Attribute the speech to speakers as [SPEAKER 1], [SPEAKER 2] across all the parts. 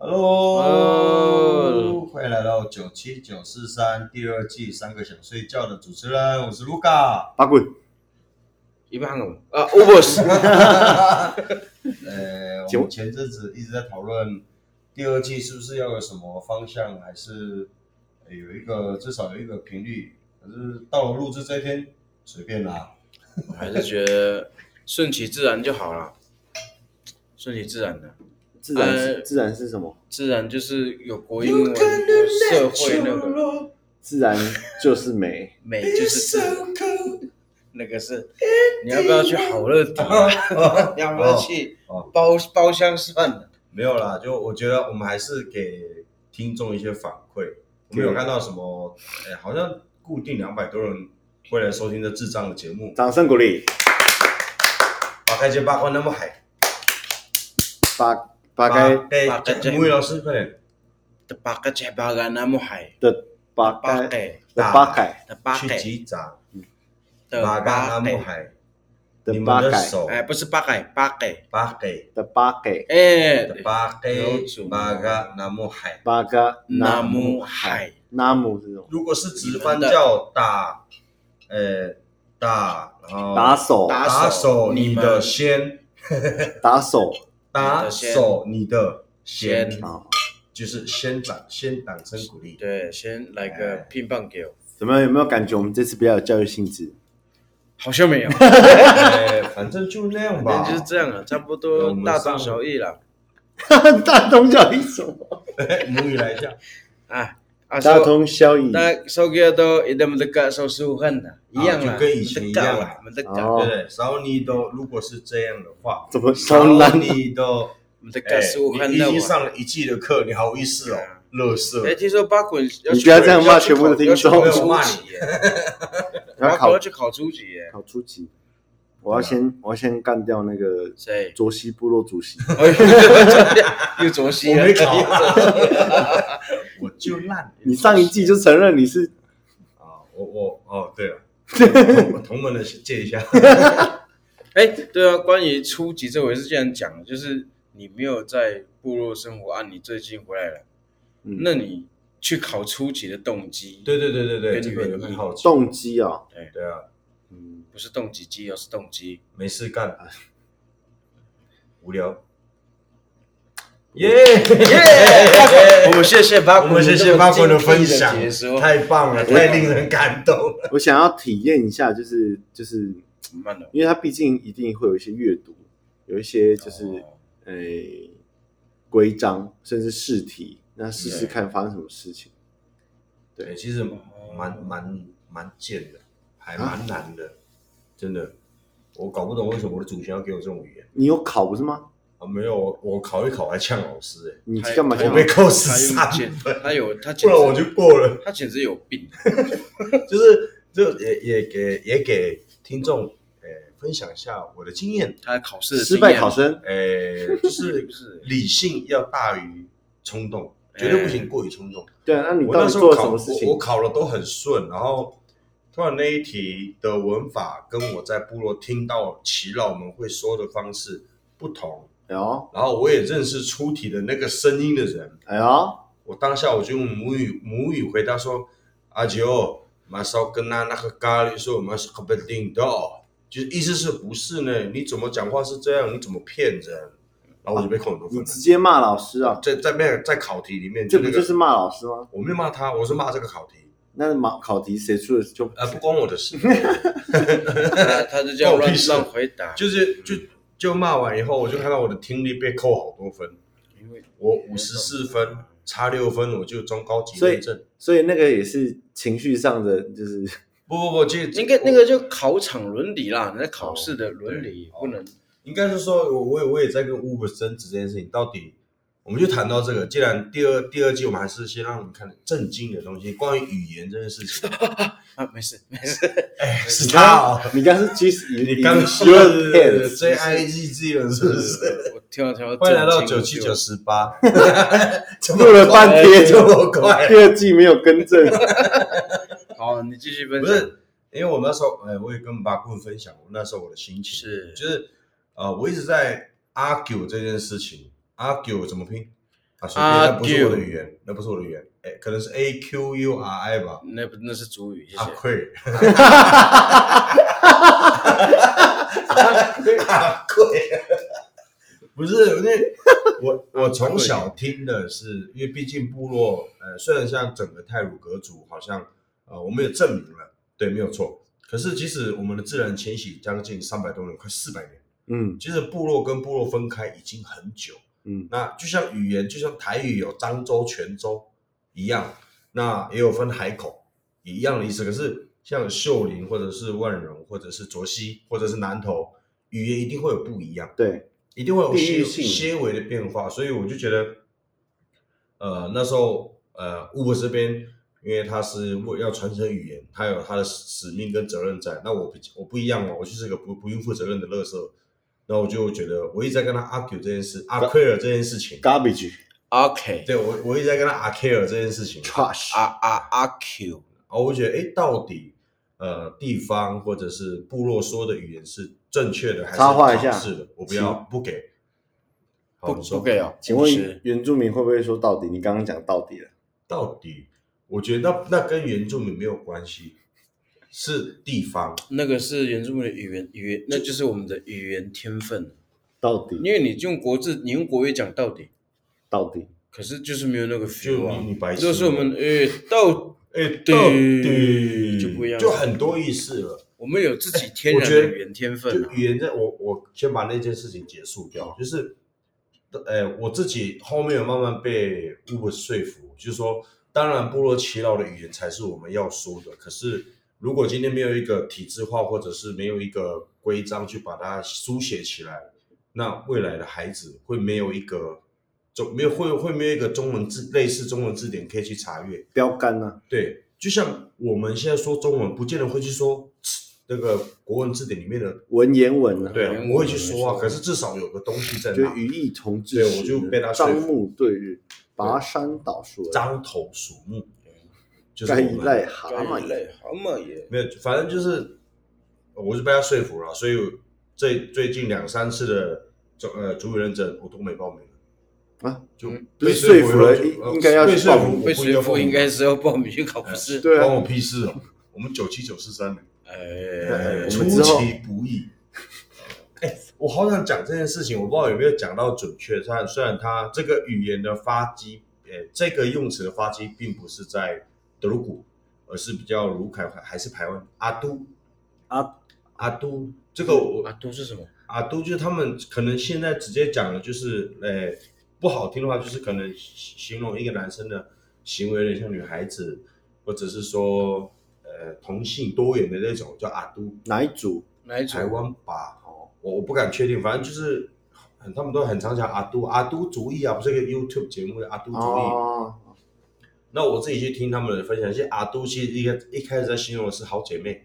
[SPEAKER 1] Hello，
[SPEAKER 2] Hello
[SPEAKER 1] 欢迎来到九七九四三第二季三个想睡觉的主持人，我是卢卡。
[SPEAKER 2] 八棍，
[SPEAKER 3] 一般哦，呃 o b o s
[SPEAKER 1] 呃，我
[SPEAKER 2] 请
[SPEAKER 1] 们
[SPEAKER 2] 问
[SPEAKER 1] 前阵子一直在讨论第二季是不是要有什么方向，还是呃有一个至少有一个频率。可是到了录制这一天，随便啦。
[SPEAKER 3] 我还是觉得顺其自然就好了，顺其自然的，
[SPEAKER 2] 自然、
[SPEAKER 3] 呃
[SPEAKER 2] 自然是什么？
[SPEAKER 3] 自然就是有国英文有社会那个
[SPEAKER 2] 自然就是美。
[SPEAKER 3] 美就是自然，那个是你要不要去好乐迪啊？你要不要去
[SPEAKER 1] 哦
[SPEAKER 3] 包包厢算了？
[SPEAKER 1] 没有啦，就我觉得我们还是给听众一些反馈。我们有看到什么？哎，好像固定两百多人会来收听这智障的节目，
[SPEAKER 2] 掌声鼓励。
[SPEAKER 1] 八开街八关那么海，
[SPEAKER 2] 八八该
[SPEAKER 1] 八
[SPEAKER 3] 八开街
[SPEAKER 1] 母语老师快点，
[SPEAKER 3] 的八个菜八个那么海，
[SPEAKER 2] 的八
[SPEAKER 3] 八
[SPEAKER 2] 该
[SPEAKER 3] 个
[SPEAKER 2] 的八该
[SPEAKER 3] 的八
[SPEAKER 1] 去
[SPEAKER 3] 个
[SPEAKER 1] 机长，
[SPEAKER 3] 的
[SPEAKER 1] 八嘎
[SPEAKER 3] 八
[SPEAKER 1] 那么
[SPEAKER 3] 个，
[SPEAKER 1] 海，你
[SPEAKER 2] 的
[SPEAKER 1] 们
[SPEAKER 2] 八
[SPEAKER 1] 的
[SPEAKER 2] 该
[SPEAKER 1] 手，
[SPEAKER 3] 哎，不是八个八个，
[SPEAKER 1] 八给
[SPEAKER 2] 的八该
[SPEAKER 3] 哎，
[SPEAKER 1] 的八给
[SPEAKER 3] 有主
[SPEAKER 1] 八嘎那么海。
[SPEAKER 2] 八嘎
[SPEAKER 3] 那么海。
[SPEAKER 2] 那姆这种
[SPEAKER 1] 如果是直翻叫打，呃打，然后
[SPEAKER 2] 打手
[SPEAKER 3] 打
[SPEAKER 1] 打手
[SPEAKER 3] 手
[SPEAKER 1] 你
[SPEAKER 3] 你们
[SPEAKER 1] 的先，
[SPEAKER 2] 打手
[SPEAKER 1] 打手你的
[SPEAKER 3] 先
[SPEAKER 1] 先。
[SPEAKER 2] 啊，
[SPEAKER 1] 就是先掌先掌声鼓励。
[SPEAKER 3] 对，先来个
[SPEAKER 1] 哎
[SPEAKER 3] 乒乓球，
[SPEAKER 2] 怎么样？有没有感觉我们这次比较有教育性质？
[SPEAKER 3] 好像没有，
[SPEAKER 1] 哎，反正就那样吧
[SPEAKER 3] 反正。就是这样了，差不
[SPEAKER 1] 对
[SPEAKER 3] 多
[SPEAKER 1] 我们
[SPEAKER 3] 大
[SPEAKER 1] 上
[SPEAKER 3] 同小异了。
[SPEAKER 2] 大同小异什么？
[SPEAKER 1] 哎母语来一下，
[SPEAKER 3] 啊啊，
[SPEAKER 2] 大同小异。
[SPEAKER 3] 那手机都一定不得干手术恨的，一样
[SPEAKER 1] 就
[SPEAKER 3] 了，
[SPEAKER 1] 跟以前一样啦
[SPEAKER 3] 我们得干，
[SPEAKER 1] 对
[SPEAKER 2] 哦
[SPEAKER 1] 不，对？少你都如果是这样的话，
[SPEAKER 2] 怎么
[SPEAKER 1] 少
[SPEAKER 2] 少男？
[SPEAKER 1] 你都
[SPEAKER 3] 我们得
[SPEAKER 1] 哎
[SPEAKER 3] 干手术，
[SPEAKER 1] 你
[SPEAKER 3] 恨
[SPEAKER 1] 已
[SPEAKER 3] 的
[SPEAKER 1] 经
[SPEAKER 3] 我。
[SPEAKER 1] 上了一季的课，你好意思哦
[SPEAKER 3] 对啊，
[SPEAKER 1] 乐色
[SPEAKER 3] 哎，。听说八滚要
[SPEAKER 2] 你
[SPEAKER 3] 去
[SPEAKER 2] 不要这样
[SPEAKER 3] 考
[SPEAKER 2] 骂
[SPEAKER 3] 要去
[SPEAKER 2] 全部的听众
[SPEAKER 3] 考
[SPEAKER 1] 没有骂
[SPEAKER 3] 初
[SPEAKER 1] 你
[SPEAKER 3] 级耶，
[SPEAKER 2] 我要
[SPEAKER 3] 八
[SPEAKER 2] 考
[SPEAKER 3] 滚要去考初级耶，
[SPEAKER 2] 考初级，我要先我要先干掉那个
[SPEAKER 3] 谁？
[SPEAKER 2] 卓西部落主席。
[SPEAKER 3] 哎 呦，又着
[SPEAKER 1] 我
[SPEAKER 3] 急了，
[SPEAKER 1] 没考，我就烂
[SPEAKER 2] 你上一季就承认你是
[SPEAKER 1] 啊！我我哦，对 了，我同门的借一下。
[SPEAKER 3] 哎，对啊，关于初级这回事，既然讲了，就是你没有在部落生活啊，你最近回来了，
[SPEAKER 2] 嗯
[SPEAKER 3] 那你去考初级的动机，
[SPEAKER 1] 对对对对对，
[SPEAKER 3] 跟
[SPEAKER 1] 这
[SPEAKER 3] 你
[SPEAKER 1] 个
[SPEAKER 3] 原
[SPEAKER 1] 有点
[SPEAKER 3] 意
[SPEAKER 1] 好奇。
[SPEAKER 2] 动机啊、哦。
[SPEAKER 1] 对啊，
[SPEAKER 2] 嗯，
[SPEAKER 3] 不是动机机，而是动机。
[SPEAKER 1] 没事干，无聊。耶！
[SPEAKER 3] 我们谢谢八
[SPEAKER 1] 我
[SPEAKER 3] 国，
[SPEAKER 1] 们谢谢八国的分享
[SPEAKER 3] 解哦说，，
[SPEAKER 1] 太棒了，太令人感动了。
[SPEAKER 2] 我想要体验一下，就是就是，
[SPEAKER 3] 慢了，
[SPEAKER 2] 因为它毕竟一定会有一些阅读，有一些就是、
[SPEAKER 3] 哦
[SPEAKER 2] 呃规章，甚至试题，那试试看发生什么事情。
[SPEAKER 1] 对，哎其实蛮蛮蛮贱的，还蛮难的，真的。我搞不懂为什么我的祖先要给我这种语言
[SPEAKER 2] 你有考不是吗？
[SPEAKER 1] 啊！没有，我我考一考还呛老师
[SPEAKER 2] 你
[SPEAKER 3] 还
[SPEAKER 2] 干嘛
[SPEAKER 1] 哎、
[SPEAKER 2] 这
[SPEAKER 1] 我
[SPEAKER 2] 样
[SPEAKER 1] 被？扣十
[SPEAKER 3] 他
[SPEAKER 1] 三
[SPEAKER 3] 用简
[SPEAKER 1] 分，
[SPEAKER 3] 他有他简直，
[SPEAKER 1] 不然我就过了。
[SPEAKER 3] 他简直有病。
[SPEAKER 1] 就是就也也给也给听众呃分享一下我的经验，
[SPEAKER 3] 他考试的
[SPEAKER 2] 失
[SPEAKER 3] 经
[SPEAKER 2] 败
[SPEAKER 3] 验
[SPEAKER 2] 考生，
[SPEAKER 1] 呃， 就是
[SPEAKER 3] 不是
[SPEAKER 1] 理性要大于冲动，绝对不行过于冲动。
[SPEAKER 2] 对哎啊，那你
[SPEAKER 1] 我
[SPEAKER 2] 到
[SPEAKER 1] 那
[SPEAKER 2] 底
[SPEAKER 1] 时
[SPEAKER 2] 做
[SPEAKER 1] 候
[SPEAKER 2] 了什
[SPEAKER 1] 考
[SPEAKER 2] 么事情
[SPEAKER 1] 我？我考的都很顺，然后突然那一题的文法跟我在部落听到耆老们会说的方式不同，
[SPEAKER 2] 哎呦，
[SPEAKER 1] 然后我也认识出题的那个声音的人，
[SPEAKER 2] 哎呦，
[SPEAKER 1] 我当下我就用母语母语回答说：“阿九，马烧跟那那个咖喱说我们是可不定的哦，就是意思是不是呢？你怎么讲话是这样？你怎么骗人？”然后我就被扣很多分
[SPEAKER 2] 你
[SPEAKER 1] 了。
[SPEAKER 2] 直接骂老师啊？
[SPEAKER 1] 在在面在考题里面，
[SPEAKER 2] 这
[SPEAKER 1] 就
[SPEAKER 2] 不
[SPEAKER 1] 那
[SPEAKER 2] 就
[SPEAKER 1] 个
[SPEAKER 2] 是骂老师吗？
[SPEAKER 1] 我没有骂他，我是骂这个考题，
[SPEAKER 2] 那马考题谁出的就
[SPEAKER 1] 呃，不关我的事，
[SPEAKER 3] 他他就这
[SPEAKER 1] 关
[SPEAKER 3] 样
[SPEAKER 1] 我屁
[SPEAKER 3] 乱
[SPEAKER 1] 事
[SPEAKER 3] 乱回答，
[SPEAKER 1] 就是就就骂完以后，我就看到我的听力被扣好多分，
[SPEAKER 3] 因为
[SPEAKER 1] 我五十四分差六分，我就中高级
[SPEAKER 2] 所以
[SPEAKER 1] 认证。
[SPEAKER 2] 所以那个也是情绪上的，就是
[SPEAKER 1] 不不不，这
[SPEAKER 3] 应该那个就考场伦理啦，那考试的伦
[SPEAKER 1] 哦
[SPEAKER 3] 理不能
[SPEAKER 1] 应该是说，我我也我也在跟 Uber 争执这件事情，到底我们就谈到这个。既然第二第二季，我们还是先让你们看震惊的东西，关于语言这件事情。
[SPEAKER 3] 啊，没事没事。
[SPEAKER 1] 哎，是他哦，
[SPEAKER 2] 你刚是 g s
[SPEAKER 1] 你刚说
[SPEAKER 2] y o u
[SPEAKER 1] 的 J
[SPEAKER 2] 对
[SPEAKER 1] I G G 了，是不是？
[SPEAKER 3] 我跳跳，
[SPEAKER 1] 欢迎来到九七九十八， 哎怎么
[SPEAKER 2] 录了半天
[SPEAKER 1] 这么快？
[SPEAKER 2] 第二季没有更正，
[SPEAKER 3] 好，你继续分
[SPEAKER 1] 不
[SPEAKER 3] 享。
[SPEAKER 1] 是，因为我那时候，哎，我也跟八棍分享我那时候我的心情，
[SPEAKER 3] 是
[SPEAKER 1] 就是呃，我一直在 argue 这件事情，argue 怎么拼啊，随便，那不是我的语言，那不是我的语言，哎，可能是 A Q U R I 吧，
[SPEAKER 3] 那不那是主语，谢
[SPEAKER 1] 阿
[SPEAKER 3] 谢。
[SPEAKER 1] 贵，阿贵，啊不是那我我从小听的是，因为毕竟部落，呃，虽然像整个泰鲁格族好像，呃，我们也证明了，对，没有错。可是即使我们的自然迁徙将近三百多年，快四百年，
[SPEAKER 2] 嗯
[SPEAKER 1] 其实部落跟部落分开已经很久。
[SPEAKER 2] 嗯
[SPEAKER 1] 那就像语言，就像台语有漳州、泉州一样，那也有分海口也一样的意思。可是像秀林或者是万荣或者是卓溪或者是南投，语言一定会有不一样，
[SPEAKER 2] 对，
[SPEAKER 1] 一定会有
[SPEAKER 2] 地
[SPEAKER 1] 些
[SPEAKER 2] 域性
[SPEAKER 1] 些微的变化。所以我就觉得，呃，那时候呃，Uber 这边。因为他是为要传承语言，他有他的使命跟责任在。那我不我不一样哦嘛，我就是个不不用负责任的乐色。那我就觉得我一直在跟他 argue 这件事，argue 这件事情。
[SPEAKER 2] garbage
[SPEAKER 3] OK，
[SPEAKER 1] 对我，我一直在跟他 argue 这件事情，
[SPEAKER 2] trash，、
[SPEAKER 3] 啊啊阿 Q，
[SPEAKER 1] 然后我就觉得，哎，到底呃地方或者是部落说的语言是正确的还是
[SPEAKER 2] 插话一下
[SPEAKER 1] 是的？我不要不给，好
[SPEAKER 3] 不
[SPEAKER 1] 你说
[SPEAKER 3] 不给哦。
[SPEAKER 2] 请
[SPEAKER 3] 不
[SPEAKER 2] 问
[SPEAKER 3] 是
[SPEAKER 2] 原住民会不会说到底？你刚刚讲到底了，
[SPEAKER 1] 到底，我觉得那那跟原住民没有关系，是地方。
[SPEAKER 3] 那个是原住民的语言语言，那就是我们的语言天分。
[SPEAKER 2] 到底
[SPEAKER 3] 因为你用国字，你用国语讲到底，
[SPEAKER 2] 到底，
[SPEAKER 3] 可是就是没有那个 feel 啊
[SPEAKER 1] 就你你白。痴
[SPEAKER 3] 就是我们呃到
[SPEAKER 1] 哎，
[SPEAKER 3] 对
[SPEAKER 1] 到底
[SPEAKER 3] 就不一样
[SPEAKER 1] 就很多意思了。
[SPEAKER 3] 我们有自己天
[SPEAKER 1] 我
[SPEAKER 3] 然
[SPEAKER 1] 觉
[SPEAKER 3] 的
[SPEAKER 1] 得
[SPEAKER 3] 语言天分
[SPEAKER 1] 就
[SPEAKER 3] 啊。
[SPEAKER 1] 语言在我我先把那件事情结束掉，就是，呃，我自己后面有慢慢被 Uber 说服，就是说，当然部落耆老的语言才是我们要说的，可是如果今天没有一个体制化，或者是没有一个规章去把它书写起来，那未来的孩子会没有一个中没有会会没有一个中文字类似中文字典可以去查阅，
[SPEAKER 2] 标杆啊呢、
[SPEAKER 1] 对，就像我们现在说中文，不见得会去说那个国文字典里面的。
[SPEAKER 2] 文言文呢、
[SPEAKER 1] 对啊，
[SPEAKER 3] 因为
[SPEAKER 1] 我会
[SPEAKER 3] 我
[SPEAKER 1] 去
[SPEAKER 3] 们
[SPEAKER 1] 说啊，
[SPEAKER 3] 说
[SPEAKER 1] 可是至少有个东西在
[SPEAKER 2] 就
[SPEAKER 1] 那。
[SPEAKER 2] 语义同志
[SPEAKER 1] 对
[SPEAKER 2] 时，
[SPEAKER 1] 我就被他说
[SPEAKER 2] 张
[SPEAKER 1] 服
[SPEAKER 2] 目对日，跋山倒水，
[SPEAKER 1] 獐头鼠目，就是
[SPEAKER 2] 该
[SPEAKER 1] 我
[SPEAKER 2] 一
[SPEAKER 1] 们
[SPEAKER 2] 类蛤蟆
[SPEAKER 3] 嘞，蛤蟆耶，
[SPEAKER 1] 没有，反正就是我是被他说服了，所以最最近两三次的主呃主语认证我都没报名了，
[SPEAKER 2] 啊，
[SPEAKER 1] 就
[SPEAKER 3] 嗯
[SPEAKER 1] 被
[SPEAKER 2] 就是说服
[SPEAKER 1] 了，
[SPEAKER 2] 了应应该要
[SPEAKER 1] 被
[SPEAKER 2] 去
[SPEAKER 1] 说
[SPEAKER 2] 报
[SPEAKER 1] 服，
[SPEAKER 2] 名
[SPEAKER 1] 我
[SPEAKER 3] 被
[SPEAKER 1] 不
[SPEAKER 3] 说
[SPEAKER 1] 要
[SPEAKER 3] 服
[SPEAKER 1] 报名
[SPEAKER 3] 应该是要报名去考试。
[SPEAKER 2] 对
[SPEAKER 1] 关
[SPEAKER 2] 啊，
[SPEAKER 1] 我屁事哦。我们九七九四三的，
[SPEAKER 3] 哎，
[SPEAKER 2] 我
[SPEAKER 1] 出
[SPEAKER 2] 们之后
[SPEAKER 1] 其不意。 哎，我好想讲这件事情，我不知道有没有讲到准确。虽然虽然它这个语言的发迹，呃，这个用词的发迹并不是在德鲁古，而是比较卢凯还是排湾阿都
[SPEAKER 2] 阿
[SPEAKER 1] 阿都这个我
[SPEAKER 3] 啊，都是什么？
[SPEAKER 1] 阿都就是他们可能现在直接讲的就是，呃，不好听的话就是可能形容一个男生的行为有点像女孩子，或者是说呃同性多元的那种叫阿都。
[SPEAKER 2] 哪一组？
[SPEAKER 3] 哪一种
[SPEAKER 1] 台？湾吧，哦，我我不敢确定，反正就是很他们都很常讲阿都阿都主义啊，不是一个 YouTube 节目的阿都主义。
[SPEAKER 2] 哦，
[SPEAKER 1] 那我自己去听他们的分享，其实阿都其实一开一开始在形容的是好姐妹，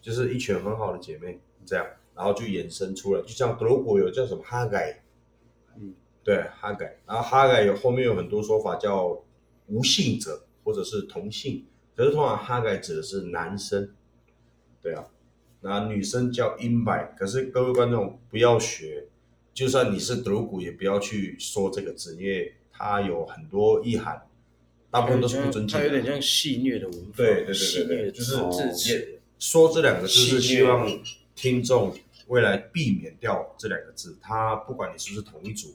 [SPEAKER 1] 就是一群很好的姐妹这样，然后就衍生出来，就像德国有叫什么哈改，
[SPEAKER 2] 嗯，
[SPEAKER 1] 对哈改，然后哈改有后面有很多说法叫无性者或者是同性，可是通常哈改指的是男生，对啊，那女生叫阴百，可是各位观众不要学，就算你是德古，也不要去说这个字，因为它有很多意涵，大部分都是不尊敬
[SPEAKER 3] 它有点
[SPEAKER 1] 的。
[SPEAKER 3] 像戏谑的文法，
[SPEAKER 1] 对对对对
[SPEAKER 3] 戏谑
[SPEAKER 1] 对，
[SPEAKER 3] 的
[SPEAKER 1] 就是哦
[SPEAKER 3] 字词。
[SPEAKER 1] 也说这两个字是
[SPEAKER 3] 哦戏谑
[SPEAKER 1] 希望听众未来避免掉这两个字。它不管你是不是同一组，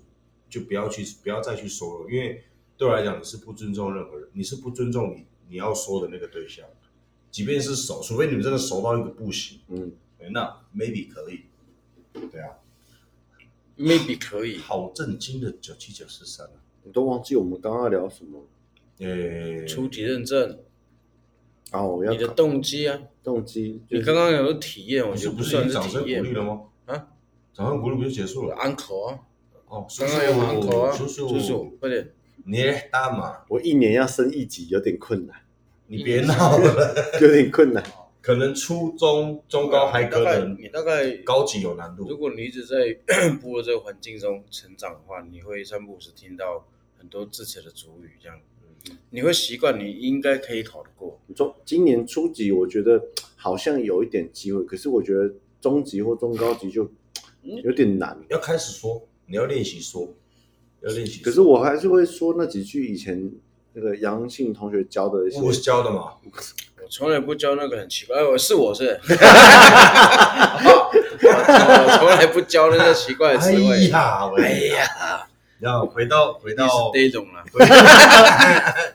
[SPEAKER 1] 就不要去不要再去说了，因为对我来讲你是不尊重任何人，你是不尊重你你要说的那个对象，即便是熟，除非你们真的熟到一个不行。
[SPEAKER 2] 嗯，
[SPEAKER 1] 对，那 maybe 可以。对啊，
[SPEAKER 3] maybe 可以。
[SPEAKER 1] 好震惊的九七九四三啊！
[SPEAKER 2] 我都忘记我们刚刚聊什么。
[SPEAKER 1] 呃，
[SPEAKER 3] 出题认证，
[SPEAKER 2] 然哦后我要
[SPEAKER 3] 你的
[SPEAKER 2] 考
[SPEAKER 3] 动机啊，
[SPEAKER 2] 动机，就
[SPEAKER 3] 你
[SPEAKER 2] 是
[SPEAKER 3] 刚刚有体验，我
[SPEAKER 1] 不
[SPEAKER 3] 觉
[SPEAKER 1] 是
[SPEAKER 3] 得
[SPEAKER 1] 不是已
[SPEAKER 3] 算
[SPEAKER 1] 经
[SPEAKER 3] 是
[SPEAKER 1] 掌声
[SPEAKER 3] 体
[SPEAKER 1] 鼓励
[SPEAKER 3] 验
[SPEAKER 1] 了吗？
[SPEAKER 3] 啊，
[SPEAKER 1] 掌声鼓励不就结束了？
[SPEAKER 3] ，uncle 啊，
[SPEAKER 1] 哦，叔
[SPEAKER 3] 刚刚有 uncle 啊，
[SPEAKER 1] 叔，
[SPEAKER 3] 叔
[SPEAKER 1] 叔
[SPEAKER 3] 叔，，快点，
[SPEAKER 1] 你大嘛，
[SPEAKER 2] 我一年要升一级有点困难，
[SPEAKER 1] 你别闹了，
[SPEAKER 2] 有点困难。
[SPEAKER 1] 可能初中、中高还可能，
[SPEAKER 3] 你大概你大概
[SPEAKER 1] 高级有难
[SPEAKER 3] 如
[SPEAKER 1] 度。
[SPEAKER 3] 果你一直在部落这个环境中成长的话，你会三不五时听到很多自己的主语，这样，你会习惯，你应该可以考得过。
[SPEAKER 2] 你说今年初级，我觉得好像有一点机会，可是我觉得中级或中高级就有点难。
[SPEAKER 1] 要开始说，你要练习说，要练习。
[SPEAKER 2] 可是我还是会说那几句以前那个杨信同学教的一些
[SPEAKER 1] 我是教的嘛，
[SPEAKER 3] 我从来不教那个很奇怪，哎，我是我是，我从来不教那个奇怪的词
[SPEAKER 1] 哎
[SPEAKER 3] 汇。
[SPEAKER 1] 呀，我
[SPEAKER 3] 哎呀，
[SPEAKER 1] 然后回到回
[SPEAKER 3] 你
[SPEAKER 1] 到
[SPEAKER 3] 是这种啦，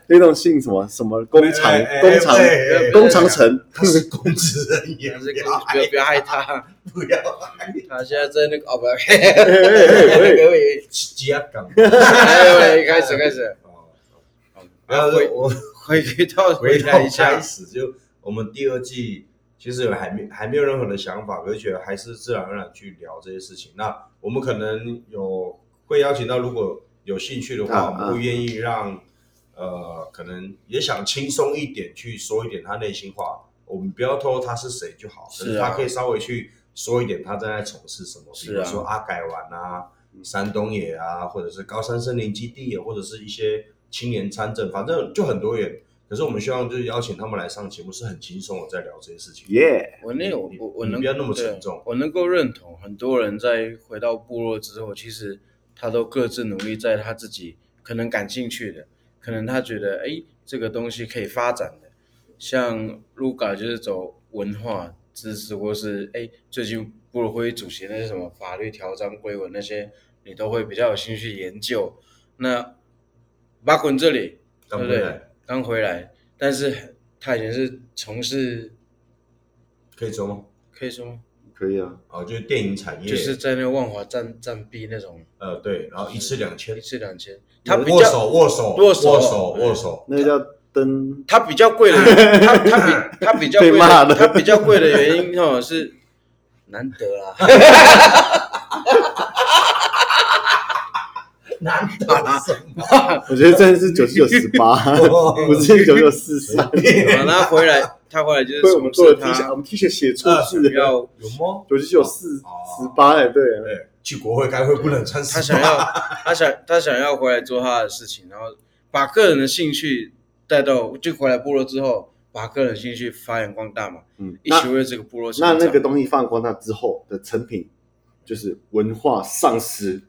[SPEAKER 2] 那种姓什么什么工厂
[SPEAKER 1] 哎哎
[SPEAKER 2] 工厂
[SPEAKER 1] 哎哎哎
[SPEAKER 2] 工厂城，
[SPEAKER 1] 他是公职人
[SPEAKER 3] 你
[SPEAKER 1] 员，不
[SPEAKER 3] 是不
[SPEAKER 1] 要
[SPEAKER 3] 要不要害他，
[SPEAKER 1] 不要
[SPEAKER 3] 他现在在那个哦不，
[SPEAKER 2] 哎哎哎哎
[SPEAKER 3] 各位，
[SPEAKER 1] 加岗。
[SPEAKER 3] 哎，开始开始，
[SPEAKER 1] 哦然
[SPEAKER 3] 然
[SPEAKER 1] 后
[SPEAKER 3] 后回
[SPEAKER 1] 我
[SPEAKER 3] 回归到
[SPEAKER 1] 回
[SPEAKER 3] 回
[SPEAKER 1] 到
[SPEAKER 3] 来一
[SPEAKER 1] 开
[SPEAKER 3] 下，
[SPEAKER 1] 始就我们第二季其实还没还没有任何的想法，可是觉得还是自然而然去聊这些事情。那我们可能有会邀请到，如果有兴趣的话，
[SPEAKER 2] 啊
[SPEAKER 1] 我们会愿意让呃，可能也想轻松一点去说一点他内心话，我们不要透露他是谁就好，可
[SPEAKER 3] 是
[SPEAKER 1] 是
[SPEAKER 3] 啊
[SPEAKER 1] 他可以稍微去说一点他正在从事什么，比
[SPEAKER 3] 是
[SPEAKER 1] 如
[SPEAKER 3] 啊
[SPEAKER 1] 说阿改玩啊。山东野啊，或者是高山森林基地啊，或者是一些青年参政，反正就很多元。可是我们希望就是邀请他们来上节目，是很轻松的在聊这些事情。
[SPEAKER 2] 耶，
[SPEAKER 3] 我那我我我
[SPEAKER 1] 你
[SPEAKER 3] 能
[SPEAKER 1] 不要那么
[SPEAKER 3] 对
[SPEAKER 1] 沉重
[SPEAKER 3] 我能够认同很多人在回到部落之后，其实他都各自努力在他自己可能感兴趣的，可能他觉得哎这个东西可以发展的，像 Luca 就是走文化知识，或是哎最近部落会议主席那些什么法律条章规文那些，你都会比较有兴趣研究。那巴滚这里
[SPEAKER 1] 刚
[SPEAKER 3] 对
[SPEAKER 1] 回
[SPEAKER 3] 不对
[SPEAKER 1] 来
[SPEAKER 3] 刚回来，但是他以前是从事
[SPEAKER 1] 可以说吗？
[SPEAKER 3] 可以说吗？
[SPEAKER 2] 可以啊，
[SPEAKER 1] 哦，就是电影产业，
[SPEAKER 3] 就是在那个万华站站壁那种，
[SPEAKER 1] 呃对，然后一次两千
[SPEAKER 3] 一，次两千，它比
[SPEAKER 1] 握手
[SPEAKER 3] 较
[SPEAKER 1] 握手
[SPEAKER 3] 握手
[SPEAKER 1] 握手握 手，
[SPEAKER 2] 那个叫灯
[SPEAKER 3] 它比较贵的，它它比它比较贵
[SPEAKER 2] 被骂
[SPEAKER 3] 的，
[SPEAKER 2] 了
[SPEAKER 3] 它比较贵的原因哦是难得啊，
[SPEAKER 1] 难打什 么？
[SPEAKER 2] 我觉得真的是九十九十八，不是九九四三。
[SPEAKER 3] 然后他回来他回来就是
[SPEAKER 2] 对，我们啊
[SPEAKER 3] 从
[SPEAKER 2] 做
[SPEAKER 3] 事
[SPEAKER 2] 的 T 恤，
[SPEAKER 3] 他
[SPEAKER 2] 我们 T 恤写错字
[SPEAKER 3] 比
[SPEAKER 2] 了，
[SPEAKER 3] 较
[SPEAKER 1] 有吗？
[SPEAKER 2] 九十九四
[SPEAKER 1] 哦
[SPEAKER 2] 十八哎，对啊，
[SPEAKER 1] 对，去国会开会不能穿
[SPEAKER 3] 他
[SPEAKER 1] 丝
[SPEAKER 3] 想
[SPEAKER 1] 袜。
[SPEAKER 3] 要他想他想要回来做他的事情，然后把个人的兴趣带到就回来部落之后，把个人兴趣发扬光大嘛，
[SPEAKER 2] 嗯，
[SPEAKER 3] 一
[SPEAKER 2] 那
[SPEAKER 3] 起为这个部落成
[SPEAKER 2] 那
[SPEAKER 3] 长
[SPEAKER 2] 那个东西放光大之后的成品就是文化丧失，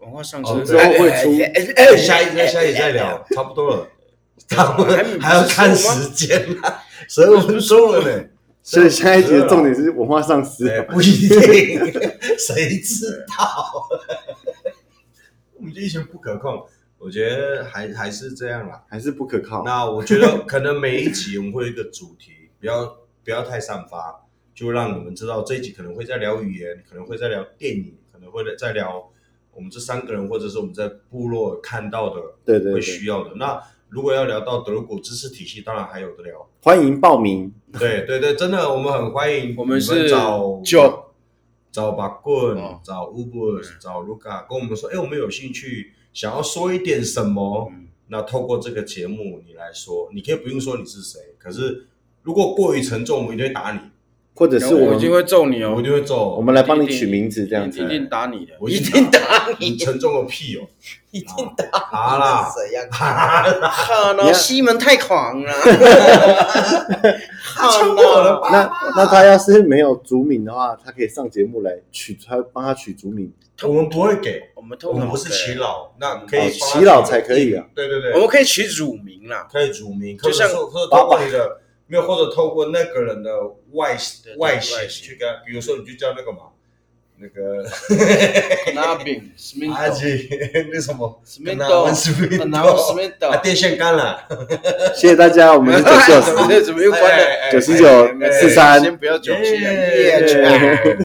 [SPEAKER 3] 文化上
[SPEAKER 1] 哦
[SPEAKER 3] 升
[SPEAKER 2] 之后会出
[SPEAKER 3] 哎哎哎
[SPEAKER 1] 哎
[SPEAKER 3] 哎
[SPEAKER 1] 下一再下一再聊，差不多 了，差不多
[SPEAKER 3] 还没
[SPEAKER 1] 还要看
[SPEAKER 3] 不是说吗
[SPEAKER 1] 时间啊，十五分钟了呢。
[SPEAKER 2] 所以下一集的重点是文化丧失。
[SPEAKER 1] 啊 哎，不一定，谁知道？我们就一群不可控，我觉得还还是这样啦。
[SPEAKER 2] 还是不可靠。
[SPEAKER 1] 那我觉得可能每一集我们会有一个主题，不要不要太散发，就让你们知道这一集可能会在聊语言，可能会在聊电影，可能会在聊我们这三个人或者是我们在部落看到的
[SPEAKER 2] 对对
[SPEAKER 1] 会
[SPEAKER 2] 对，
[SPEAKER 1] 需要的。那如果要聊到德国知识体系，当然还有的聊。
[SPEAKER 2] 欢迎报名，
[SPEAKER 1] 对对对，真的，我们很欢迎。
[SPEAKER 3] 我们是
[SPEAKER 1] 找
[SPEAKER 3] 九
[SPEAKER 1] 找把棍
[SPEAKER 3] 哦，
[SPEAKER 1] 找 Uber，找 Luca，跟我们说，哎，我们有兴趣，想要说一点什么。
[SPEAKER 3] 嗯
[SPEAKER 1] 那透过这个节目，你来说，你可以不用说你是谁，可是如果过于沉重，我们一定会打你，
[SPEAKER 2] 或者是我
[SPEAKER 3] 一定
[SPEAKER 2] 们
[SPEAKER 3] 会揍你哦，
[SPEAKER 1] 我一定会揍。
[SPEAKER 2] 我们来帮你取名字这样
[SPEAKER 3] 一定一
[SPEAKER 2] 子。
[SPEAKER 3] 定打你的，
[SPEAKER 1] 我
[SPEAKER 3] 一
[SPEAKER 1] 一
[SPEAKER 3] 定
[SPEAKER 1] 定
[SPEAKER 3] 打
[SPEAKER 1] 你
[SPEAKER 3] 你，
[SPEAKER 1] 沉重个屁哦！
[SPEAKER 3] 一定打。
[SPEAKER 1] 好啦，
[SPEAKER 3] 怎样？
[SPEAKER 1] 哈啦，
[SPEAKER 3] 哈
[SPEAKER 2] 你
[SPEAKER 3] 喽，
[SPEAKER 2] 要
[SPEAKER 3] 西门太狂啊 了，哈
[SPEAKER 1] 超过了
[SPEAKER 3] 喽，
[SPEAKER 1] 吧？
[SPEAKER 2] 那那他要是没有族名的话，他可以上节目来取，他帮他取族名。
[SPEAKER 1] 我们不会给，
[SPEAKER 3] 我们通
[SPEAKER 1] 我
[SPEAKER 3] 常
[SPEAKER 1] 们不是祈
[SPEAKER 3] 给，
[SPEAKER 1] 老，那可以
[SPEAKER 2] 哦
[SPEAKER 1] 帮他
[SPEAKER 2] 祈老才可以啊。
[SPEAKER 1] 对对对，
[SPEAKER 3] 我们可以取乳名啦，
[SPEAKER 1] 可以署名，
[SPEAKER 3] 就
[SPEAKER 1] 就
[SPEAKER 3] 像
[SPEAKER 1] 像或者透过你的没有，或者透过那个人的外
[SPEAKER 3] 对
[SPEAKER 1] 外
[SPEAKER 3] 外
[SPEAKER 1] 形
[SPEAKER 3] 形
[SPEAKER 1] 去跟他，比如说你就叫那个嘛，那个
[SPEAKER 3] 那饼、史密
[SPEAKER 1] 阿
[SPEAKER 3] 豆、
[SPEAKER 1] 吉那什么，
[SPEAKER 3] 史密
[SPEAKER 1] 啊跟他
[SPEAKER 3] 豆
[SPEAKER 1] 们、史密
[SPEAKER 3] 然后史
[SPEAKER 1] 豆，
[SPEAKER 3] 密豆
[SPEAKER 1] 啊，，电线杆了，
[SPEAKER 2] 谢谢大家， 我们是九九
[SPEAKER 3] 怎么
[SPEAKER 2] 四
[SPEAKER 3] 又怎么又关了？
[SPEAKER 1] 哎
[SPEAKER 2] 九十九
[SPEAKER 1] 哎哎哎
[SPEAKER 2] 四三。
[SPEAKER 3] 先不要九七啊
[SPEAKER 1] 耶
[SPEAKER 3] 耶！